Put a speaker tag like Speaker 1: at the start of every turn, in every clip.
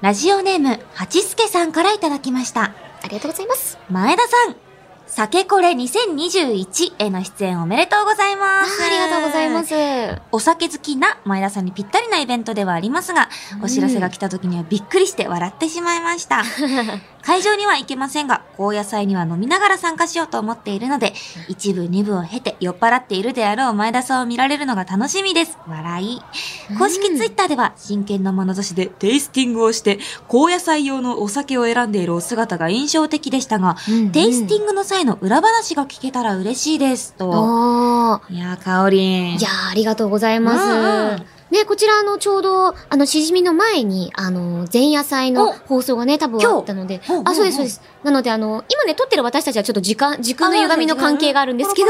Speaker 1: ラジオネーム、八助さんからいただきました。
Speaker 2: ありがとうございます。
Speaker 1: 前田さん、酒これ2021への出演おめでとうござい
Speaker 2: あ
Speaker 1: ます。
Speaker 2: ーありがとうございま。す。
Speaker 1: お酒好きな前田さんにぴったりなイベントではありますが、お知らせが来た時にはびっくりして笑ってしまいました。会場には行けませんが、高野菜には飲みながら参加しようと思っているので、一部二部を経て酔っ払っているであろう前田さんを見られるのが楽しみです。笑い。公式ツイッターでは、真剣な眼差しでテイスティングをして、高野菜用のお酒を選んでいるお姿が印象的でしたが、
Speaker 2: うん
Speaker 1: テイスティングの際の裏話が聞けたら嬉しいです。と。
Speaker 2: あ
Speaker 1: いやー、かおりん。
Speaker 2: ーいやーありがとうございます。
Speaker 1: うんうん
Speaker 2: ね、こちら、あの、ちょうど、あの、しじみの前に、あの、前夜祭
Speaker 1: お
Speaker 2: の放送がね、多分
Speaker 1: 今日
Speaker 2: あったので
Speaker 1: うんうんう、ん
Speaker 2: あ、そうです、そうです。なので、あの、今ね、撮ってる私たちはちょっと時間、時空の歪みの関係があるんですけど、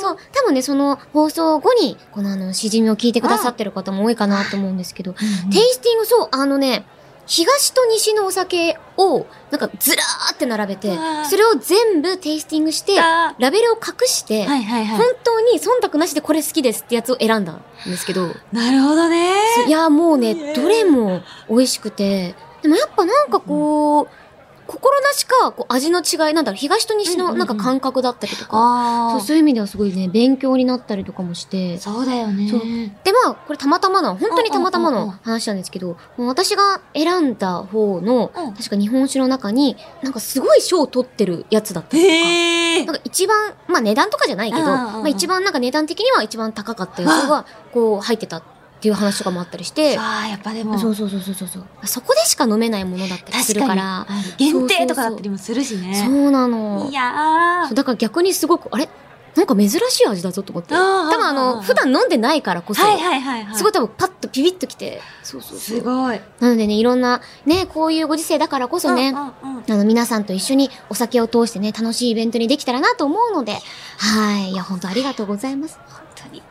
Speaker 2: そう、多分ね、その放送後に、このあの、しじみを聞いてくださってる方も多いかなと思うんですけど、テイスティング、そう、あのね、東と西のお酒を、なんかずらーって並べて
Speaker 1: わー、
Speaker 2: それを全部テイスティングして、
Speaker 1: は
Speaker 2: ラベルを隠して、
Speaker 1: いはいは
Speaker 2: 本
Speaker 1: い。
Speaker 2: 当に忖度なしでこれ好きですってやつを選んだんですけど、
Speaker 1: なるほどね。
Speaker 2: いや、もう
Speaker 1: いいね
Speaker 2: ね、どれも美味しくて、でもやっぱなんかこう、心なしかこう味の違い、なんだろう、東と西
Speaker 1: うんう
Speaker 2: の
Speaker 1: んう
Speaker 2: なんんか感覚だったりとか、
Speaker 1: あ
Speaker 2: そ
Speaker 1: あ
Speaker 2: う。そういう意味ではすごいね、勉強になったりとかもして。
Speaker 1: そうだよね。
Speaker 2: そうで、まあ、これたまたまな、本当にたまたま
Speaker 1: うんうんうん
Speaker 2: の
Speaker 1: うん
Speaker 2: 話なんですけど、もう私が選んだ方の、
Speaker 1: うん
Speaker 2: 確か日本酒の中に、なんかすごい賞を取ってるやつだったりとか。
Speaker 1: へえ。
Speaker 2: なんか一番、まあ値段とかじゃないけど、
Speaker 1: うんうんうん
Speaker 2: まあ一番なんか値段的には一番高かったやつが、こう入ってたっていう話とかもあったりして、
Speaker 1: ああ、やっぱでも。
Speaker 2: そうそうそうそうそうそう。そこでしか飲めないものだったりす
Speaker 1: 確
Speaker 2: るか、
Speaker 1: からに。限定とかだったりもするし
Speaker 2: そ
Speaker 1: ね。
Speaker 2: うなの。
Speaker 1: いや
Speaker 2: そ
Speaker 1: ー
Speaker 2: う。だから逆にすごく、あれなんか珍しい味だぞと思って。
Speaker 1: あーあーあー
Speaker 2: 多分あの、普段飲んでないからこそ、
Speaker 1: はいはいはいはい。
Speaker 2: すごい
Speaker 1: い。
Speaker 2: 多分パッとピピッときて、そうそうそう
Speaker 1: すごい。
Speaker 2: なのでね、いろんな、ね、こういうご時世だからこそね、
Speaker 1: ん
Speaker 2: あ
Speaker 1: んうん
Speaker 2: の、皆さんと一緒にお酒を通してね、楽しいイベントにできたらなと思うので、はい。いや、本当ありがとうございます。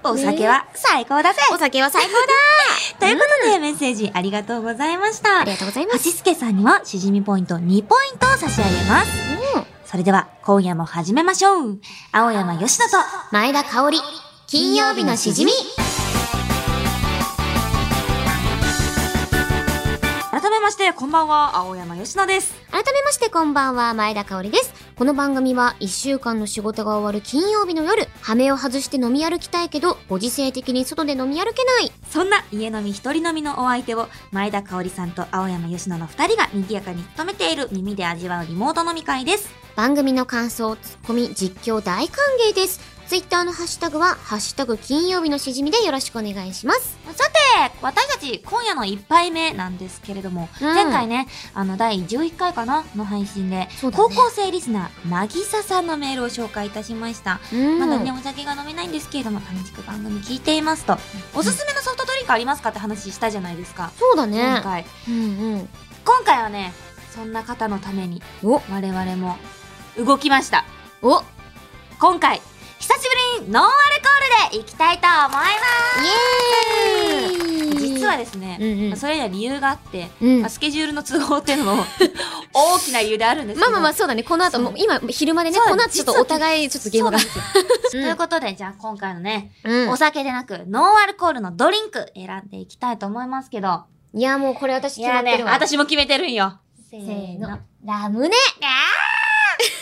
Speaker 1: お酒は最高だぜ
Speaker 2: お酒は最高だ
Speaker 1: ということで、メッセージありがとうございました
Speaker 2: あり。がとうございま
Speaker 1: は
Speaker 2: す。
Speaker 1: ちすけさんには、しじみポイント2ポイントを差し上げます。
Speaker 2: うん
Speaker 1: それでは、今夜も始めましょう。青山よしのと、
Speaker 2: 前田香織、金曜日のしじみ。
Speaker 1: 改めまして、こんばんは、青山よしのです。
Speaker 2: 改めましてこんばんは、前田香織です。この番組は、一週間の仕事が終わる金曜日の夜、ハメを外して飲み歩きたいけど、ご時世的に外で飲み歩けない。
Speaker 1: そんな家飲み一人飲みのお相手を前田香織さんと青山吉野の二人が賑やかに務めている耳で味わうリモート飲み会です。
Speaker 2: 番組の感想、ツッコミ、実況大歓迎です。ツイッターのハッシュタグは、ハッシュタグ金曜日のしじみでよろしくお願いします。
Speaker 1: さて、私たち今夜の一杯目なんですけれども、
Speaker 2: うん
Speaker 1: 前回ね、あの第11回かなの配信で、
Speaker 2: そうだね
Speaker 1: 高校生リスナー、なぎささんのメールを紹介いたしました。
Speaker 2: うん
Speaker 1: まだね、お酒が飲めないんですけれども、楽しく番組聞いていますと、おすすめのソフトドリンクありますかって話したじゃないですか。
Speaker 2: そうだ
Speaker 1: 今
Speaker 2: ね。
Speaker 1: 回。
Speaker 2: うんうん。
Speaker 1: 今回はね、そんな方のために、
Speaker 2: お、
Speaker 1: 我々も動きました。
Speaker 2: お、
Speaker 1: 今回、久しぶりにノンアルコールで行きたいと思い
Speaker 2: イエー
Speaker 1: ます。
Speaker 2: イ
Speaker 1: 実はですね、
Speaker 2: うんうん
Speaker 1: まあそれには理由があって、
Speaker 2: うん
Speaker 1: まあスケジュールの都合っていう のも大きな理由であるんですけ
Speaker 2: まあ
Speaker 1: ど。
Speaker 2: まあまあ、そうだね。この後、
Speaker 1: そう
Speaker 2: もう今、昼間でね、
Speaker 1: そうだね
Speaker 2: この後ちょっとお互い、ちょっとゲームが。
Speaker 1: そうということで、じゃあ今回のね、
Speaker 2: うん
Speaker 1: お酒でなくノンアルコールのドリンク選んでいきたいと思いますけど。
Speaker 2: いや、もうこれ私
Speaker 1: い
Speaker 2: 決ま
Speaker 1: や
Speaker 2: って
Speaker 1: ね、
Speaker 2: るわ。
Speaker 1: 私も決めてるんよ。せ
Speaker 2: せーの
Speaker 1: あ。
Speaker 2: ラムネ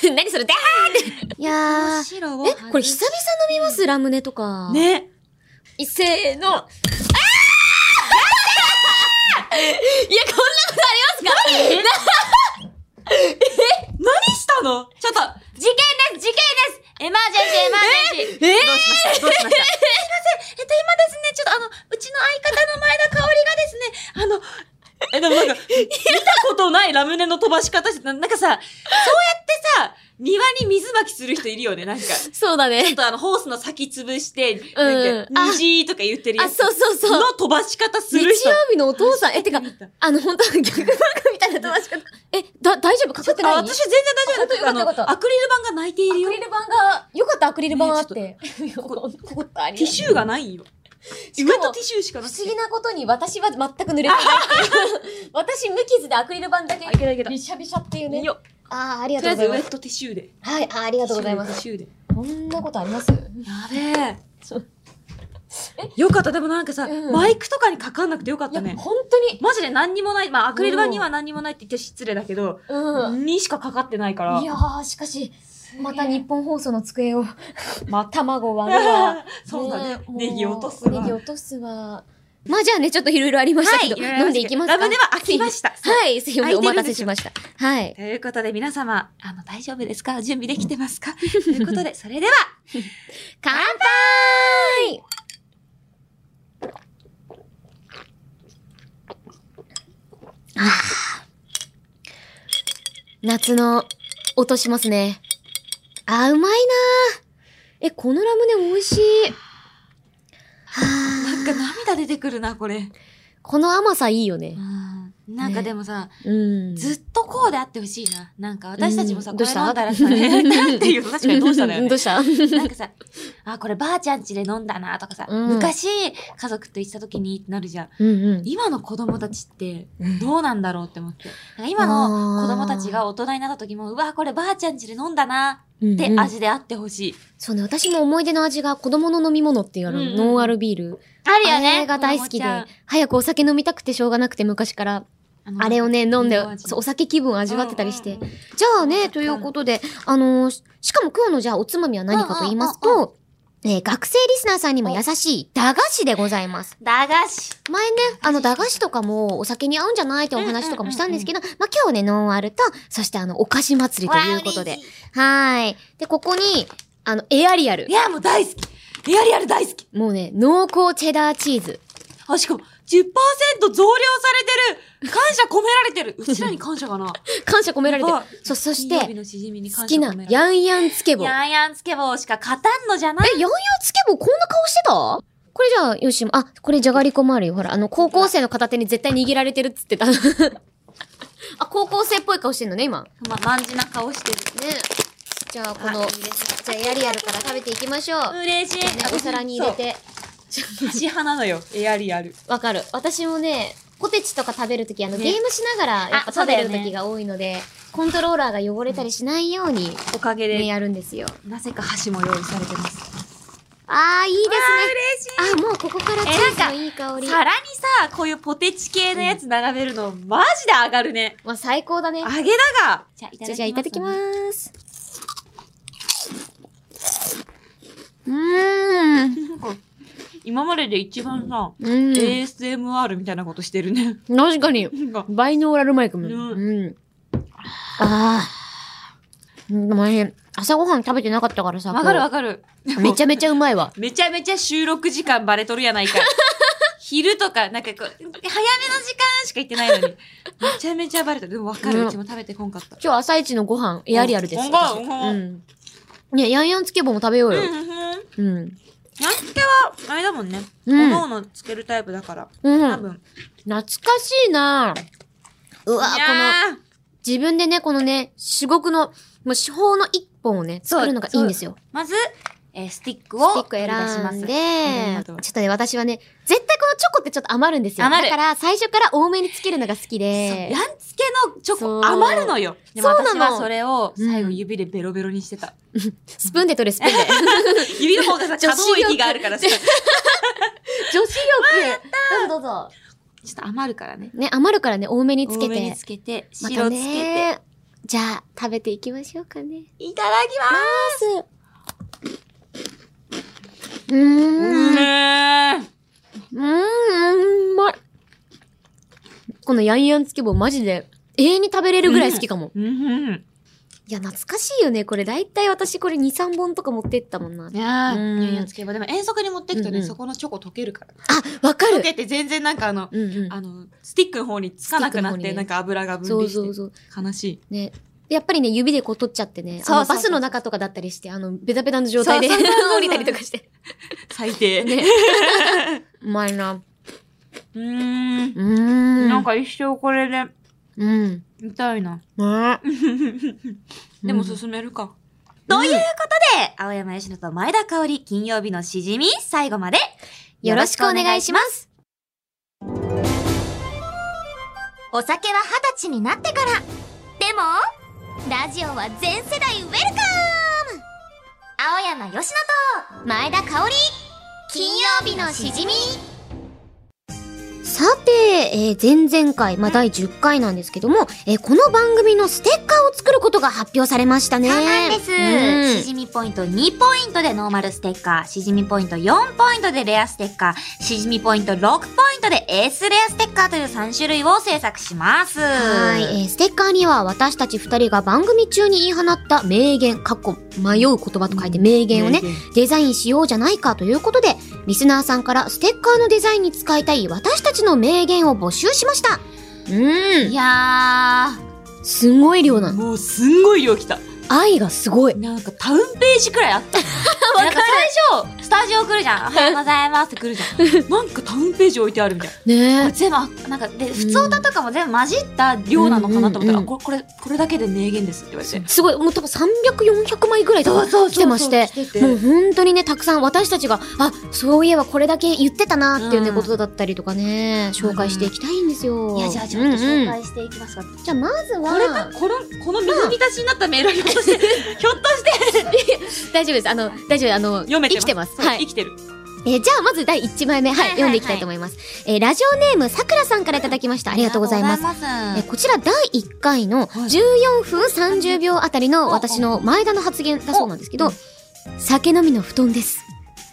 Speaker 2: 何それだーっていや
Speaker 1: ー
Speaker 2: ー。
Speaker 1: 白を。
Speaker 2: え、これ久々飲みますラムネとか。。
Speaker 1: ね。
Speaker 2: せーの。あーいや、こんなことありますか
Speaker 1: え何したのちょっと、事件です事件ですエマージェンシーエマージェンシー
Speaker 2: ええ
Speaker 1: どうしましたどうしましたすいません。えっと、今ですね、ちょっとあの、うちの相方の前田香織がですね、あの、え、でもなんか、見たことないラムネの飛ばし方してた、なんかさ、そうやってさ、庭に水まきする人いるよね、なんか。ち
Speaker 2: そうだ
Speaker 1: ょっ
Speaker 2: ね。
Speaker 1: とあの、ホースの先潰して、なんか、
Speaker 2: あ
Speaker 1: 虹とか言ってるや
Speaker 2: あ、
Speaker 1: つ
Speaker 2: そうそうそう。
Speaker 1: の飛ばし方す
Speaker 2: 日
Speaker 1: る人。
Speaker 2: 曜日のお父さん、え、てか、あの、本当逆バカみたいな友達が、え、だ、大丈夫かかってない
Speaker 1: あ私は全然大丈夫だった
Speaker 2: あよかったよかった
Speaker 1: あの、アクリル板が泣いているよ。
Speaker 2: ル板が、よかった、アクリ。
Speaker 1: ル板あってこ
Speaker 2: ここあり
Speaker 1: ティッシューがないよ。
Speaker 2: し
Speaker 1: 上
Speaker 2: かも
Speaker 1: とティッシューしかなくて。
Speaker 2: なことに私は全く濡れてないっていう。 私無傷でアクリル板だけ
Speaker 1: あいけたいけた
Speaker 2: シャビシャっていう
Speaker 1: いい。よ
Speaker 2: ああ、あり
Speaker 1: と
Speaker 2: が
Speaker 1: り
Speaker 2: と
Speaker 1: あえず
Speaker 2: うござい
Speaker 1: ウェ
Speaker 2: ま
Speaker 1: ッ
Speaker 2: す。
Speaker 1: トティッシューで。あり
Speaker 2: はい、あありがとうございます。
Speaker 1: ティッシューで。
Speaker 2: こんなことあります
Speaker 1: やべえ。
Speaker 2: そう
Speaker 1: よかった。でもなんかさ、
Speaker 2: うん
Speaker 1: マイクとかにかかんなくてよかっ
Speaker 3: い
Speaker 1: た
Speaker 3: や、
Speaker 1: ね。
Speaker 3: 本当に。
Speaker 1: マジで何にもない。まあ、アクリル板には何にもないって言って失礼だけど、
Speaker 3: うん。
Speaker 1: にしかかかってないから。
Speaker 2: いやー、しかし、また日本放送の机を、まあ、 卵割るわ。
Speaker 1: そうだね。
Speaker 2: もう
Speaker 1: ネギ落とすわ。
Speaker 2: ネギ落とすわ。まあじゃあね、ちょっといろいろありましたけど、
Speaker 1: はい
Speaker 2: 飲んでいきますか。
Speaker 1: ラムでは飽きました。
Speaker 2: はい、すいません、お
Speaker 1: 空いてる
Speaker 2: 待た
Speaker 1: んで
Speaker 2: せ
Speaker 1: す
Speaker 2: し
Speaker 1: よ
Speaker 2: ました。はい。
Speaker 1: ということで皆様、あの、大丈夫ですか準備できてますかということ で、それでは、
Speaker 2: 乾杯あー夏の音しますね。あー、うまいなー。え、このラムネ美味しい。
Speaker 1: なん
Speaker 2: は
Speaker 1: か
Speaker 2: あ。
Speaker 1: 涙出てくるな、これ。
Speaker 2: この甘さいいよね。
Speaker 1: なんかでもさ、
Speaker 2: うん。
Speaker 1: ずっとこうであってほしいな。なんか私たちもさ、
Speaker 2: うん
Speaker 1: こ
Speaker 2: どう
Speaker 1: れ
Speaker 2: した
Speaker 1: 飲んだらさ、 ね、なんていうの確かにどうしたのよ、
Speaker 2: ん
Speaker 1: ね
Speaker 2: ど。う した
Speaker 1: なんかさ、あ、こればあちゃん家で飲んだなとかさ、
Speaker 2: うん
Speaker 1: 昔家族と行った時にってなるじゃん。
Speaker 2: うんうん。
Speaker 1: 今の子供たちって
Speaker 2: うん
Speaker 1: どうなんだろうって思って。なんか今の子供たちが大人になった時も、うわ、こればあちゃん家で飲んだなっ
Speaker 2: う
Speaker 1: て
Speaker 2: んうん
Speaker 1: 味であってほしい。
Speaker 2: そうね、私も思い出の味が子供の飲み物っていうあの、
Speaker 1: うんうん
Speaker 2: ノンアルビール。
Speaker 1: ある
Speaker 2: あれが大好きで、早くお酒飲みたくてしょうがなくて昔から、あれをね、飲んで、そうお酒気分を味わってたりして。じゃあね、ということで、あのーししかも今日のじゃあおつまみは何かと言います
Speaker 1: うんう
Speaker 2: と、えー学生リスナーさんにも優しい駄菓子でございます。
Speaker 1: 駄菓子。
Speaker 2: 前ね、あの、駄菓子とかもお酒に合うんじゃないってお話とかもしたんですけど、まあ、今日ね、ノンアルと、そしてあの、お菓子祭りということで。はーい。で、ここに、あの、エアリアル
Speaker 1: い。や、もう大好き。エアリアル大好き。
Speaker 2: もうね、濃厚チェダーチーズ。
Speaker 1: あ、しかも、10%増量されてる。感謝込められてる。うちらに感謝かな。
Speaker 2: 感謝込められてる
Speaker 1: やばい。
Speaker 2: そう、そし
Speaker 1: 金曜日
Speaker 2: て、
Speaker 1: のしじみに
Speaker 2: 好
Speaker 1: 感謝
Speaker 2: き
Speaker 1: 込め
Speaker 2: な
Speaker 1: られてる、
Speaker 2: ヤンヤンつけ棒。え、ヤン
Speaker 1: やんやんつけ棒しか勝たんのじゃない
Speaker 2: ヤンつけ棒こんな顔してたこれじゃあ、よしも、あ、これじゃがりこもあるよ。ほら、あの、高校生の片手に絶対握られてるっつってた。 あ、高校生っぽい顔してんのね、今。ね。
Speaker 1: ま、まんじな顔してる。
Speaker 2: じゃあ、この、
Speaker 1: あ
Speaker 2: じゃあ、エアリアルから食べていきましょう。ね、
Speaker 1: 嬉しい。
Speaker 2: お皿に入れて。
Speaker 1: そう。箸派なのよ、エアリアル。
Speaker 2: わかる。私もね、ポテチとか食べるとき、あの、
Speaker 1: ね
Speaker 2: ゲームしながら、やっぱ
Speaker 1: あそうだ
Speaker 2: 食べ
Speaker 1: よね
Speaker 2: るときが多いので、コントローラーが汚れたりしないように、
Speaker 1: おかげ
Speaker 2: ね、
Speaker 1: で、
Speaker 2: やるんですよ。
Speaker 1: なぜか箸も用意されてます。
Speaker 2: あー、いいですね。
Speaker 1: わ
Speaker 2: あ、もうここからチーズのいい香
Speaker 1: あ、嬉
Speaker 2: り
Speaker 1: しい。。さらにさ、こういうポテチ系のやつ並べるの、マジで上がるね。
Speaker 2: まあ、最高だね。
Speaker 1: 揚げだが。じゃあ、いた
Speaker 2: じゃ
Speaker 1: だきま
Speaker 2: あ、
Speaker 1: す。
Speaker 2: じゃあいただきま。ーす。うーん。
Speaker 1: 今までで一番さ、
Speaker 2: うん。
Speaker 1: ASMR みたいなことしてるね。
Speaker 2: 確かに。
Speaker 1: なんか、
Speaker 2: バイノーラルマイクも。
Speaker 1: ね
Speaker 2: うん。あー。うんでもね、朝ごはん食べてなかったからさ、
Speaker 1: わかる
Speaker 2: 今
Speaker 1: わかる。
Speaker 2: 日めちゃめちゃうまいわ。
Speaker 1: めちゃめちゃ収録時間バレとるやない かい。昼とか、なんかこう、早めの時間しか行ってないのに。めちゃめちゃバレとる。でもわか
Speaker 2: う
Speaker 1: る。
Speaker 2: ん
Speaker 1: うちも食べてこんかった。
Speaker 2: 今日朝一のご飯、エアリアルです。
Speaker 1: うんほんま
Speaker 2: 私
Speaker 1: ほんま
Speaker 2: うん。ね、ヤンヤンつけ棒も食べよう
Speaker 1: うんう。
Speaker 2: よ
Speaker 1: んうん。
Speaker 2: うん。
Speaker 1: やっけは、あれだもんね。
Speaker 2: うん
Speaker 1: おのおのつけるタイプだから。
Speaker 2: うん。
Speaker 1: 多
Speaker 2: 懐
Speaker 1: 分。
Speaker 2: かしいなうわ
Speaker 1: い
Speaker 2: こ
Speaker 1: や
Speaker 2: の、
Speaker 1: ー
Speaker 2: 自分でね、このね、至極の、もう至宝の一本をね、
Speaker 1: そう
Speaker 2: 作るのがいいんですよ。
Speaker 1: まず、えースティック
Speaker 2: ス
Speaker 1: を
Speaker 2: ティック選ん
Speaker 1: 取り出し
Speaker 2: で、ち
Speaker 1: ます
Speaker 2: ょっとね、私はね、絶対このチョコってちょっと余るんですよ。
Speaker 1: 余る
Speaker 2: だから、最初から多めにつけるのが好きで
Speaker 1: や、んつけのチョ
Speaker 2: そう
Speaker 1: コ余るのよ。でも
Speaker 2: そうなの
Speaker 1: 私はそれを最後
Speaker 2: うん
Speaker 1: 指でベロベロにしてた。
Speaker 2: スプーンで取れ、スプーンで。
Speaker 1: 指の方がさ、
Speaker 2: 女
Speaker 1: 可
Speaker 2: 子力
Speaker 1: 動域がある からさ。ちょ
Speaker 2: 女子力どうぞどうぞ。
Speaker 1: っと余るからね。
Speaker 2: ね、余るからね、多めにつ
Speaker 1: 多
Speaker 2: け
Speaker 1: めに
Speaker 2: て。
Speaker 1: つけて、
Speaker 2: ま
Speaker 1: 白
Speaker 2: た
Speaker 1: つけて。
Speaker 2: ね、じゃあ、食べていきましょうかね。
Speaker 1: いただきます。
Speaker 2: うーん。
Speaker 1: ね
Speaker 2: うーん、うまい。このヤンヤンつけ棒マジで永遠に食べれるぐらい好きかも。
Speaker 1: うん。
Speaker 2: いや、懐かしいよね。これ大体私これ2、3本とか持ってったもんな。
Speaker 1: いや
Speaker 2: うん
Speaker 1: ー、いやいやつけば。でも遠足に持ってくと
Speaker 2: うんう
Speaker 1: ね、
Speaker 2: ん
Speaker 1: そこのチョコ溶けるから。
Speaker 2: あ、わか
Speaker 1: 溶
Speaker 2: る
Speaker 1: けて全然なんかあの、
Speaker 2: うんうん。
Speaker 1: あの、スティックの方につかなくなっ
Speaker 2: スティックの方にね
Speaker 1: て、なんか油が分
Speaker 2: そう
Speaker 1: 離
Speaker 2: そう
Speaker 1: して。
Speaker 2: そう。
Speaker 1: 悲しい。
Speaker 2: ね。やっぱりね、指でこう取っちゃってね。
Speaker 1: そうそうそう
Speaker 2: あのバスの中とかだったりして、あの、ベタベタの状態で
Speaker 1: そうそうそうそう
Speaker 2: 降りたりとかして。
Speaker 1: 最低。
Speaker 2: ね。うまいな。
Speaker 1: うーん。
Speaker 2: うーん。
Speaker 1: なん、か一生これで
Speaker 2: うん。
Speaker 1: 見たいな。
Speaker 2: ね
Speaker 1: でも
Speaker 2: うん
Speaker 1: 進めるか。
Speaker 2: という
Speaker 1: で、青山吉乃と前田香織、金曜日のしじみ、最後まで。
Speaker 2: よろしくお願いします。
Speaker 3: お酒は二十歳になってから。でも、ラジオは全世代ウェルカム青山よしのと、前田香織金曜日のしじみ
Speaker 2: さて、えー前々回、まあ、第10回なんですけども、えーこの番組のステッカーを作ることが発表されましたね。
Speaker 1: そうなんです、
Speaker 2: うん
Speaker 1: しじみポイント2ポイントでノーマルステッカー、しじみポイント4ポイントでレアステッカー、しじみポイント6ポイントでエースレアステッカーという3種類を制作します。
Speaker 2: はい、えーステッカーには私たち二人が番組中に言い放った名言、かっこ迷う言葉と書いて名言をね、デザインしようじゃないかということで、リスナーさんからステッカーのデザインに使いたい私たちの名言を募集しました。う
Speaker 1: い
Speaker 2: ーん、
Speaker 1: や
Speaker 2: すごい量な
Speaker 1: ー、
Speaker 2: の。
Speaker 1: もうすんごい量来た。
Speaker 2: 愛がすごい。
Speaker 1: なんかタウンページくらいあ った。なんか最初、スタジオ来るじゃん。おはようございますって来るじゃ ん。なんかタウンページ置いてあるみたいな。
Speaker 2: ね
Speaker 1: 全部あ、なんか、で、普通歌とかも全部混じった量なのかなと思ったら、
Speaker 2: うんうんうん
Speaker 1: あこれ、これ、これだけで名言ですって言われて。
Speaker 2: すごい、もう多分300、400枚ぐらいとか来てまして。
Speaker 1: 来てて
Speaker 2: もう本当にね、たくさん私たちが、あ、そういえばこれだけ言ってたなっていうね、
Speaker 1: うん
Speaker 2: ことだったりとかね、紹介していきたいんですよ。
Speaker 1: いや、じゃあ、ちょっと紹
Speaker 2: うんうん
Speaker 1: 介していきますか。
Speaker 2: じゃあまずは、
Speaker 1: これか、この、この水浸しになったメールはひょっと して、ひょっとして、
Speaker 2: 大丈夫です。あの、大丈夫、あの、
Speaker 1: 読めて
Speaker 2: 生きてます。
Speaker 1: は。
Speaker 2: はい
Speaker 1: 生
Speaker 2: い。
Speaker 1: きてる。
Speaker 2: えーじゃあ、まず第1枚目、はい、
Speaker 1: はいはいはい
Speaker 2: 読んでいきたいと思います。えーラジオネーム、さくらさんからいただきました。ありがとうございます。
Speaker 1: ありがとうござい
Speaker 2: え
Speaker 1: ま
Speaker 2: ー
Speaker 1: す。
Speaker 2: こちら第1回の
Speaker 1: はい
Speaker 2: 14分30秒あたりの私の前田の発言だそうなんですけ
Speaker 1: お
Speaker 2: ど、酒飲みの布団です。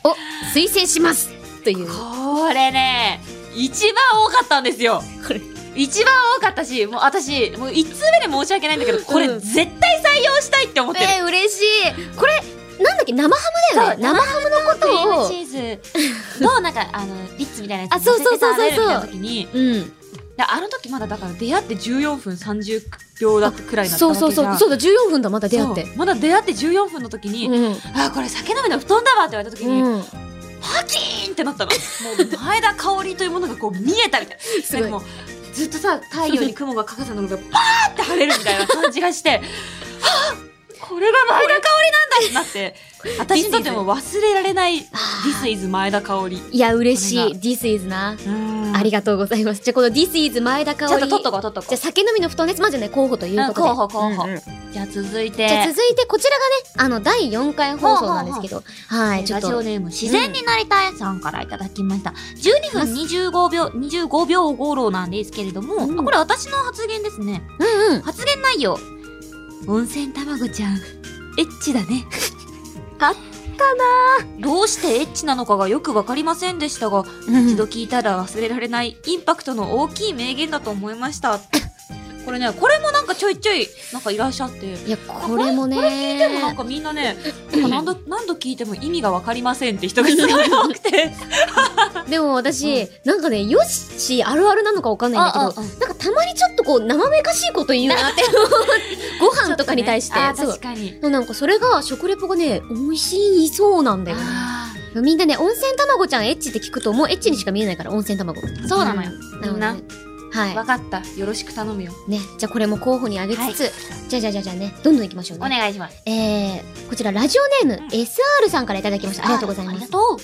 Speaker 2: を推薦しますという。
Speaker 1: これね、一番多かったんですよ。
Speaker 2: これ
Speaker 1: 一番多かったし、もう私、もう一通目で申し訳ないんだけど、これ
Speaker 2: うん
Speaker 1: 絶対採用したいって思ってる。
Speaker 2: えー嬉しい。これ、なんだっけ、生ハムだよね。
Speaker 1: そう
Speaker 2: 生ハムのこ
Speaker 1: クリーム
Speaker 2: とを
Speaker 1: チ。ー ズのなんかあのリッツみたいなやつ
Speaker 2: あそうそうそうそうそう
Speaker 1: 乗せて食べるみたいな時に
Speaker 2: うん。
Speaker 1: であの時まだだから出会って14分30秒だったくらいだった
Speaker 2: そ
Speaker 1: わ
Speaker 2: う
Speaker 1: けじゃ
Speaker 2: そ
Speaker 1: ん
Speaker 2: うそう。そうだ、14分だ、まだ出会って
Speaker 1: そ。うまだ出会って14分の時に、
Speaker 2: うん。
Speaker 1: あこれ酒飲みの布団だわって言われた時に、
Speaker 2: うん。
Speaker 1: パキーンってなったのもう前田香織というものがこう見えたみたいな
Speaker 2: すごい
Speaker 1: なんかもうずっとさ太陽に雲がかかったのがバーって晴れるみたいな感じが してはあこれが前田香織なんだってなって私にとっても忘れられない「This is 前田香織」
Speaker 2: いや、嬉しい。
Speaker 1: こ
Speaker 2: This is な。
Speaker 1: うん
Speaker 2: ありがとうございます。じゃあ、この This is 前田香織。
Speaker 1: ちょっと取っとこう取っとこ
Speaker 2: じゃあ、
Speaker 1: う
Speaker 2: 酒飲みの布団です。まずね、候補ということで。
Speaker 1: うん候補候補
Speaker 2: うんうん
Speaker 1: じゃあ続いて
Speaker 2: じゃあ、続いて、こちらがね、あの、第4回放送なんですけど。はい、ちょ
Speaker 1: ラ
Speaker 2: っ
Speaker 1: ジオ
Speaker 2: と。
Speaker 1: ネーム自然になりたいさんからいただきました12分25秒25秒五郎なんですけれども、
Speaker 2: うん
Speaker 1: あこれ私の発言ですね
Speaker 2: うんうん。
Speaker 1: 発言内容温泉卵ちゃんエッチだ ねあったなどうしてエッチなのかがよくわかりませんでしたが、一度聞いたら忘れられないインパクトの大きい名言だと思いましたこれねこれもなんかちょいちょいなんかいらっしゃって
Speaker 2: いや、これもね。
Speaker 1: これ聞いてもなんかみんなね、なんか何度何度聞いても意味がわかりませんって人がすごい多くて。
Speaker 2: でも私、なんかね、よし、あるあるなのかわか んないんだけど、
Speaker 1: あああ
Speaker 2: なんかたまにちょっとこう、生めかしいこと言うなっ て思うご飯とかに対して。
Speaker 1: あー
Speaker 2: そう
Speaker 1: 確かに。
Speaker 2: もうなんかそれが食レポがね、美味しいそうなんだよね。
Speaker 1: あ
Speaker 2: みんなね、温泉卵ちゃんエッチって聞くと、もうエッチにしか見えないから、温泉卵。
Speaker 1: ーそうなのよ。みんな
Speaker 2: ので。はい
Speaker 1: わ。かった。よろしく頼むよ。
Speaker 2: ね、じゃあこれも候補にあげつつ、じゃあじゃあじゃあじゃあね、どんどんいきましょう
Speaker 1: お
Speaker 2: ね。
Speaker 1: 願いします。
Speaker 2: えー、こちらラジオネーム、
Speaker 1: うん
Speaker 2: SR さんからいただきました。ありがとうございま
Speaker 1: あり
Speaker 2: す
Speaker 1: が。と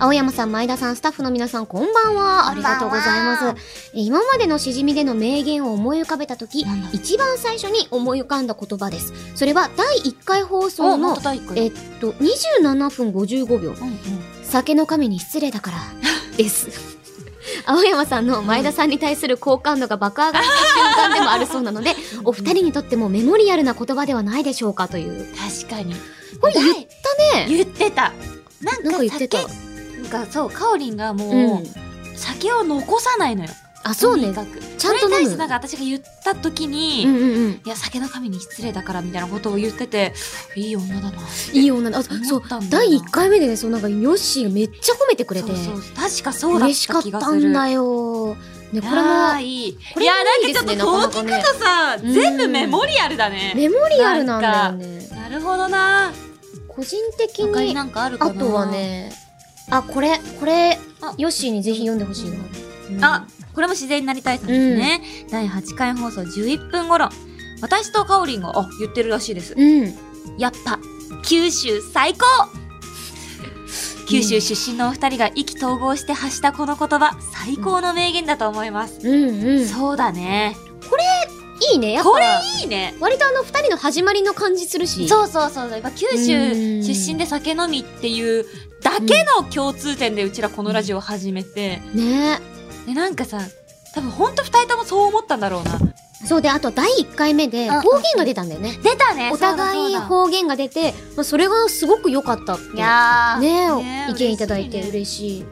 Speaker 2: 青山さん、前田さん、スタッフの皆さん、こんばんは。ありがとうござい
Speaker 1: こんば
Speaker 2: ま
Speaker 1: ん
Speaker 2: す。え今までのしじみでの名言を思い浮かべたとき
Speaker 1: なんだ、
Speaker 2: 一番最初に思い浮かんだ言葉です。それは第1回放
Speaker 1: う。お
Speaker 2: 送
Speaker 1: 元
Speaker 2: の、
Speaker 1: 太鼓
Speaker 2: えっと、27分55秒。
Speaker 1: うんうん。
Speaker 2: 酒の神に失礼 だから、です。青山さんの前田さんに対する好感度が爆上がりした瞬間でもあるそうなので、お二人にとってもメモリアルな言葉ではないでしょうかという。
Speaker 1: 確かに。
Speaker 2: これ言っ
Speaker 1: だい言ってた。なん
Speaker 2: なん
Speaker 1: か
Speaker 2: か言ってた
Speaker 1: 酒なんかそう、かおりんが
Speaker 2: た
Speaker 1: も
Speaker 2: う、。
Speaker 1: うん酒を残さないのよ。
Speaker 2: あ、そう
Speaker 1: とに
Speaker 2: ね。
Speaker 1: かく
Speaker 2: ちゃんと飲む
Speaker 1: それに対してなんか私が言った時に、
Speaker 2: うんうんうん。
Speaker 1: いや、酒の神に失礼だからみたいなことを言ってて、いい女だな。
Speaker 2: いい女だ。あ、そう
Speaker 1: 思ったんだよ。な
Speaker 2: 第1回目でね、そうなんか、ヨッシーがめっちゃ褒めてくれて、
Speaker 1: そうそう確かそうだっ
Speaker 2: 嬉しか
Speaker 1: た
Speaker 2: っ
Speaker 1: 気が
Speaker 2: た
Speaker 1: する。
Speaker 2: んだよ。ね、これ
Speaker 1: あー
Speaker 2: も、
Speaker 1: いい。い
Speaker 2: これ
Speaker 1: や
Speaker 2: もいいで
Speaker 1: な
Speaker 2: す
Speaker 1: ん
Speaker 2: ね
Speaker 1: かちょっと
Speaker 2: なか
Speaker 1: 届き
Speaker 2: なか
Speaker 1: 方さ、
Speaker 2: ねうん
Speaker 1: 全部メモリアルだね。
Speaker 2: メモリアルなんだよね。
Speaker 1: なるほどな。
Speaker 2: 個人的
Speaker 1: 他に
Speaker 2: に、
Speaker 1: なんかあるか
Speaker 2: あ
Speaker 1: な。
Speaker 2: とはね、あ、これ、これ
Speaker 1: あ、
Speaker 2: ヨッシーにぜひ読んでほしいな。うん
Speaker 1: あ、これも自然になりたいさんですね。第8回放送11分頃。私とかおりんが、あ、言ってるらしいです。
Speaker 2: うん。
Speaker 1: やっぱ、九州最高九州出身のお二人が意気投合して発したこの言葉、最高の名言だと思います。
Speaker 2: うんうん。
Speaker 1: そうだね。
Speaker 2: いいいね。やっぱ
Speaker 1: これいいね。
Speaker 2: 割とあの二人の始まりの感じするし。う。
Speaker 1: そうそうそうそう。やっぱ九
Speaker 2: う
Speaker 1: 州
Speaker 2: ん
Speaker 1: 出身で酒飲みっていうだけの共通点でうちらこのラジオ始めて、
Speaker 2: ね
Speaker 1: で、なんかさ、多分ほんと二人ともそう思ったんだろうな。
Speaker 2: そうで、あと第1回目で
Speaker 1: うんうん
Speaker 2: 方言が出たんだよね。
Speaker 1: 出たね
Speaker 2: お互い方言が出て、まあそれがすごく良かったって。
Speaker 1: いやー。
Speaker 2: ねえ
Speaker 1: ねえ
Speaker 2: 意見いただいて
Speaker 1: 嬉
Speaker 2: 嬉しい。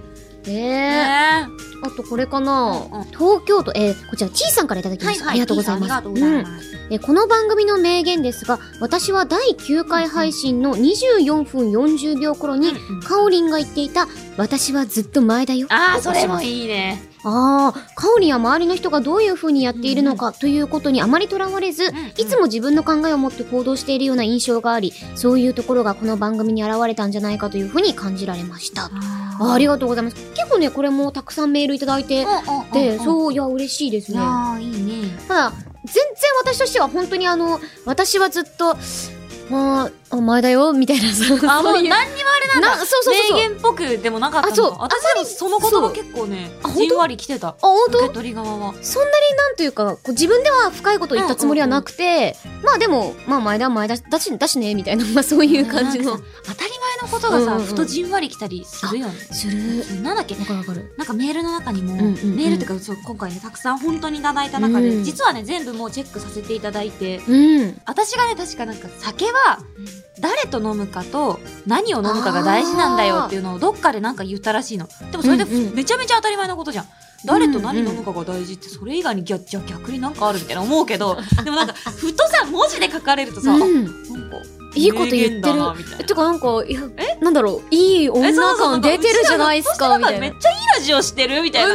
Speaker 2: ねえ
Speaker 1: ね
Speaker 2: あとこれかな、
Speaker 1: うんうん
Speaker 2: 東京都、えーこちら、ちーさんからいただきました。ありがとうございます。
Speaker 1: ありがとうござい
Speaker 2: うん
Speaker 1: ます。
Speaker 2: えーこの番組の名言ですが、私は第9回配信の24分40秒頃に、かおりんが言っていた、私はずっと前だよ。
Speaker 1: ああ、それもいいね。
Speaker 2: ああ、カオリンは周りの人がどういう風にやっているのかということにあまりとらわれず、
Speaker 1: んうん
Speaker 2: いつも自分の考えを持って行動しているような印象があり、そういうところがこの番組に現れたんじゃないかという風に感じられました。
Speaker 1: あ
Speaker 2: あーありがとうございます。結構ね、これもたくさんメールいただいて、
Speaker 1: と
Speaker 2: で、
Speaker 1: う
Speaker 2: そう、いや、嬉しいです
Speaker 1: ん。
Speaker 2: ね。
Speaker 1: ああ、いいね。
Speaker 2: ただ、全然私としては本当にあの、私はずっと、まあ、お前だよ、みたいな、そ
Speaker 1: あ
Speaker 2: う
Speaker 1: ー、も
Speaker 2: そうういう
Speaker 1: 何にもあれなんだ。
Speaker 2: なそうそうそうそう
Speaker 1: 名言っぽくでもなかったの
Speaker 2: あそう
Speaker 1: か私はその言葉結構ね
Speaker 2: そうあ、本
Speaker 1: じ
Speaker 2: 当
Speaker 1: んわり来てた。
Speaker 2: あ、本当
Speaker 1: 受け取り側は。
Speaker 2: そんなになんというか、こう自分では深いこと言ったつもりはなくて、まあでも、まあ前だ前だし、だし、だしね、みたいな、ま あそういう感じ
Speaker 1: な
Speaker 2: の
Speaker 1: んか。さ当たり前のことがさ、
Speaker 2: うんうんうん
Speaker 1: ふとじんわり来たりするよね。
Speaker 2: する。
Speaker 1: なんだっけ
Speaker 2: わかるわかる。
Speaker 1: なんかメールの中にも、
Speaker 2: んうんうん
Speaker 1: メールっていうかそう今回ねたくさん本当にいただいた中で、
Speaker 2: うん
Speaker 1: 実はね全部もうチェックさせていただいて
Speaker 2: うん。
Speaker 1: 私がね確かなんか酒は誰と飲むかと何を飲むかが大事なんだよっていうのをどっかでなんか言ったらしいのでもそれでふ
Speaker 2: うんうん
Speaker 1: めちゃめちゃ当たり前のことじゃん誰と何飲むかが大事ってそれ以外にぎゃじゃあ逆になんかあるみたいな思うけどでもなんかふとさ文字で書かれるとさ、なんか
Speaker 2: うん。いいこと言って
Speaker 1: 名言
Speaker 2: る
Speaker 1: だなみたいな
Speaker 2: てかなんか、いや、なんだろう、いい
Speaker 1: え
Speaker 2: 女
Speaker 1: そうそうそう
Speaker 2: 感出てるじゃないですか、みたいな。
Speaker 1: めっ
Speaker 2: ね
Speaker 1: ちゃいいラジオしてるみたいな、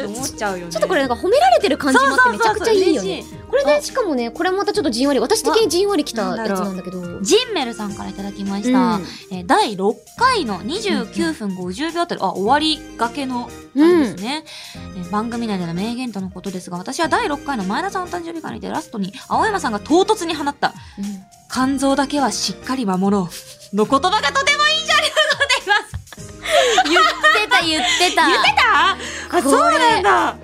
Speaker 2: え
Speaker 1: 思っちゃうよね
Speaker 2: ちょっとこれなんか褒められてる感じもあってめちゃくちゃいい
Speaker 1: そう
Speaker 2: よね。
Speaker 1: そうそうそう嬉しい
Speaker 2: これね、しかもね、これまたちょっとじんわり、私的にじんわりきたやつなんだけど。うん。
Speaker 1: ジンメルさんからいただきました。えー第6回の29分50秒あたり、あ、終わりがけの、なんですね、えー番組内での名言とのことですが、私は第6回の前田さんの誕生日会にてラストに、青山さんが唐突に放った、
Speaker 2: うん
Speaker 1: 肝臓だけはしっかり守ろう。の言葉がとてもいいんじゃないかと思っています。
Speaker 2: 言ってた言ってた
Speaker 1: 言ってたあ、
Speaker 2: こ
Speaker 1: そう
Speaker 2: れ
Speaker 1: なんだ。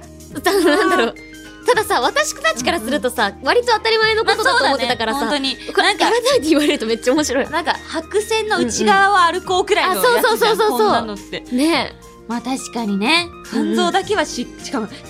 Speaker 2: なんだろうたださ私たちからするとさ、割と当たり前のことだと思ってたからさ、
Speaker 1: 本当に。
Speaker 2: こ
Speaker 1: な
Speaker 2: れ
Speaker 1: んか
Speaker 2: 改、めて言われるとめっちゃ面白い
Speaker 1: なんか、白線の内側は歩こうくらいのやつじゃん、
Speaker 2: あそうそうそうそうそう
Speaker 1: こんなのって。
Speaker 2: ね
Speaker 1: まあ確かにね肝臓だけはし、しかもだけ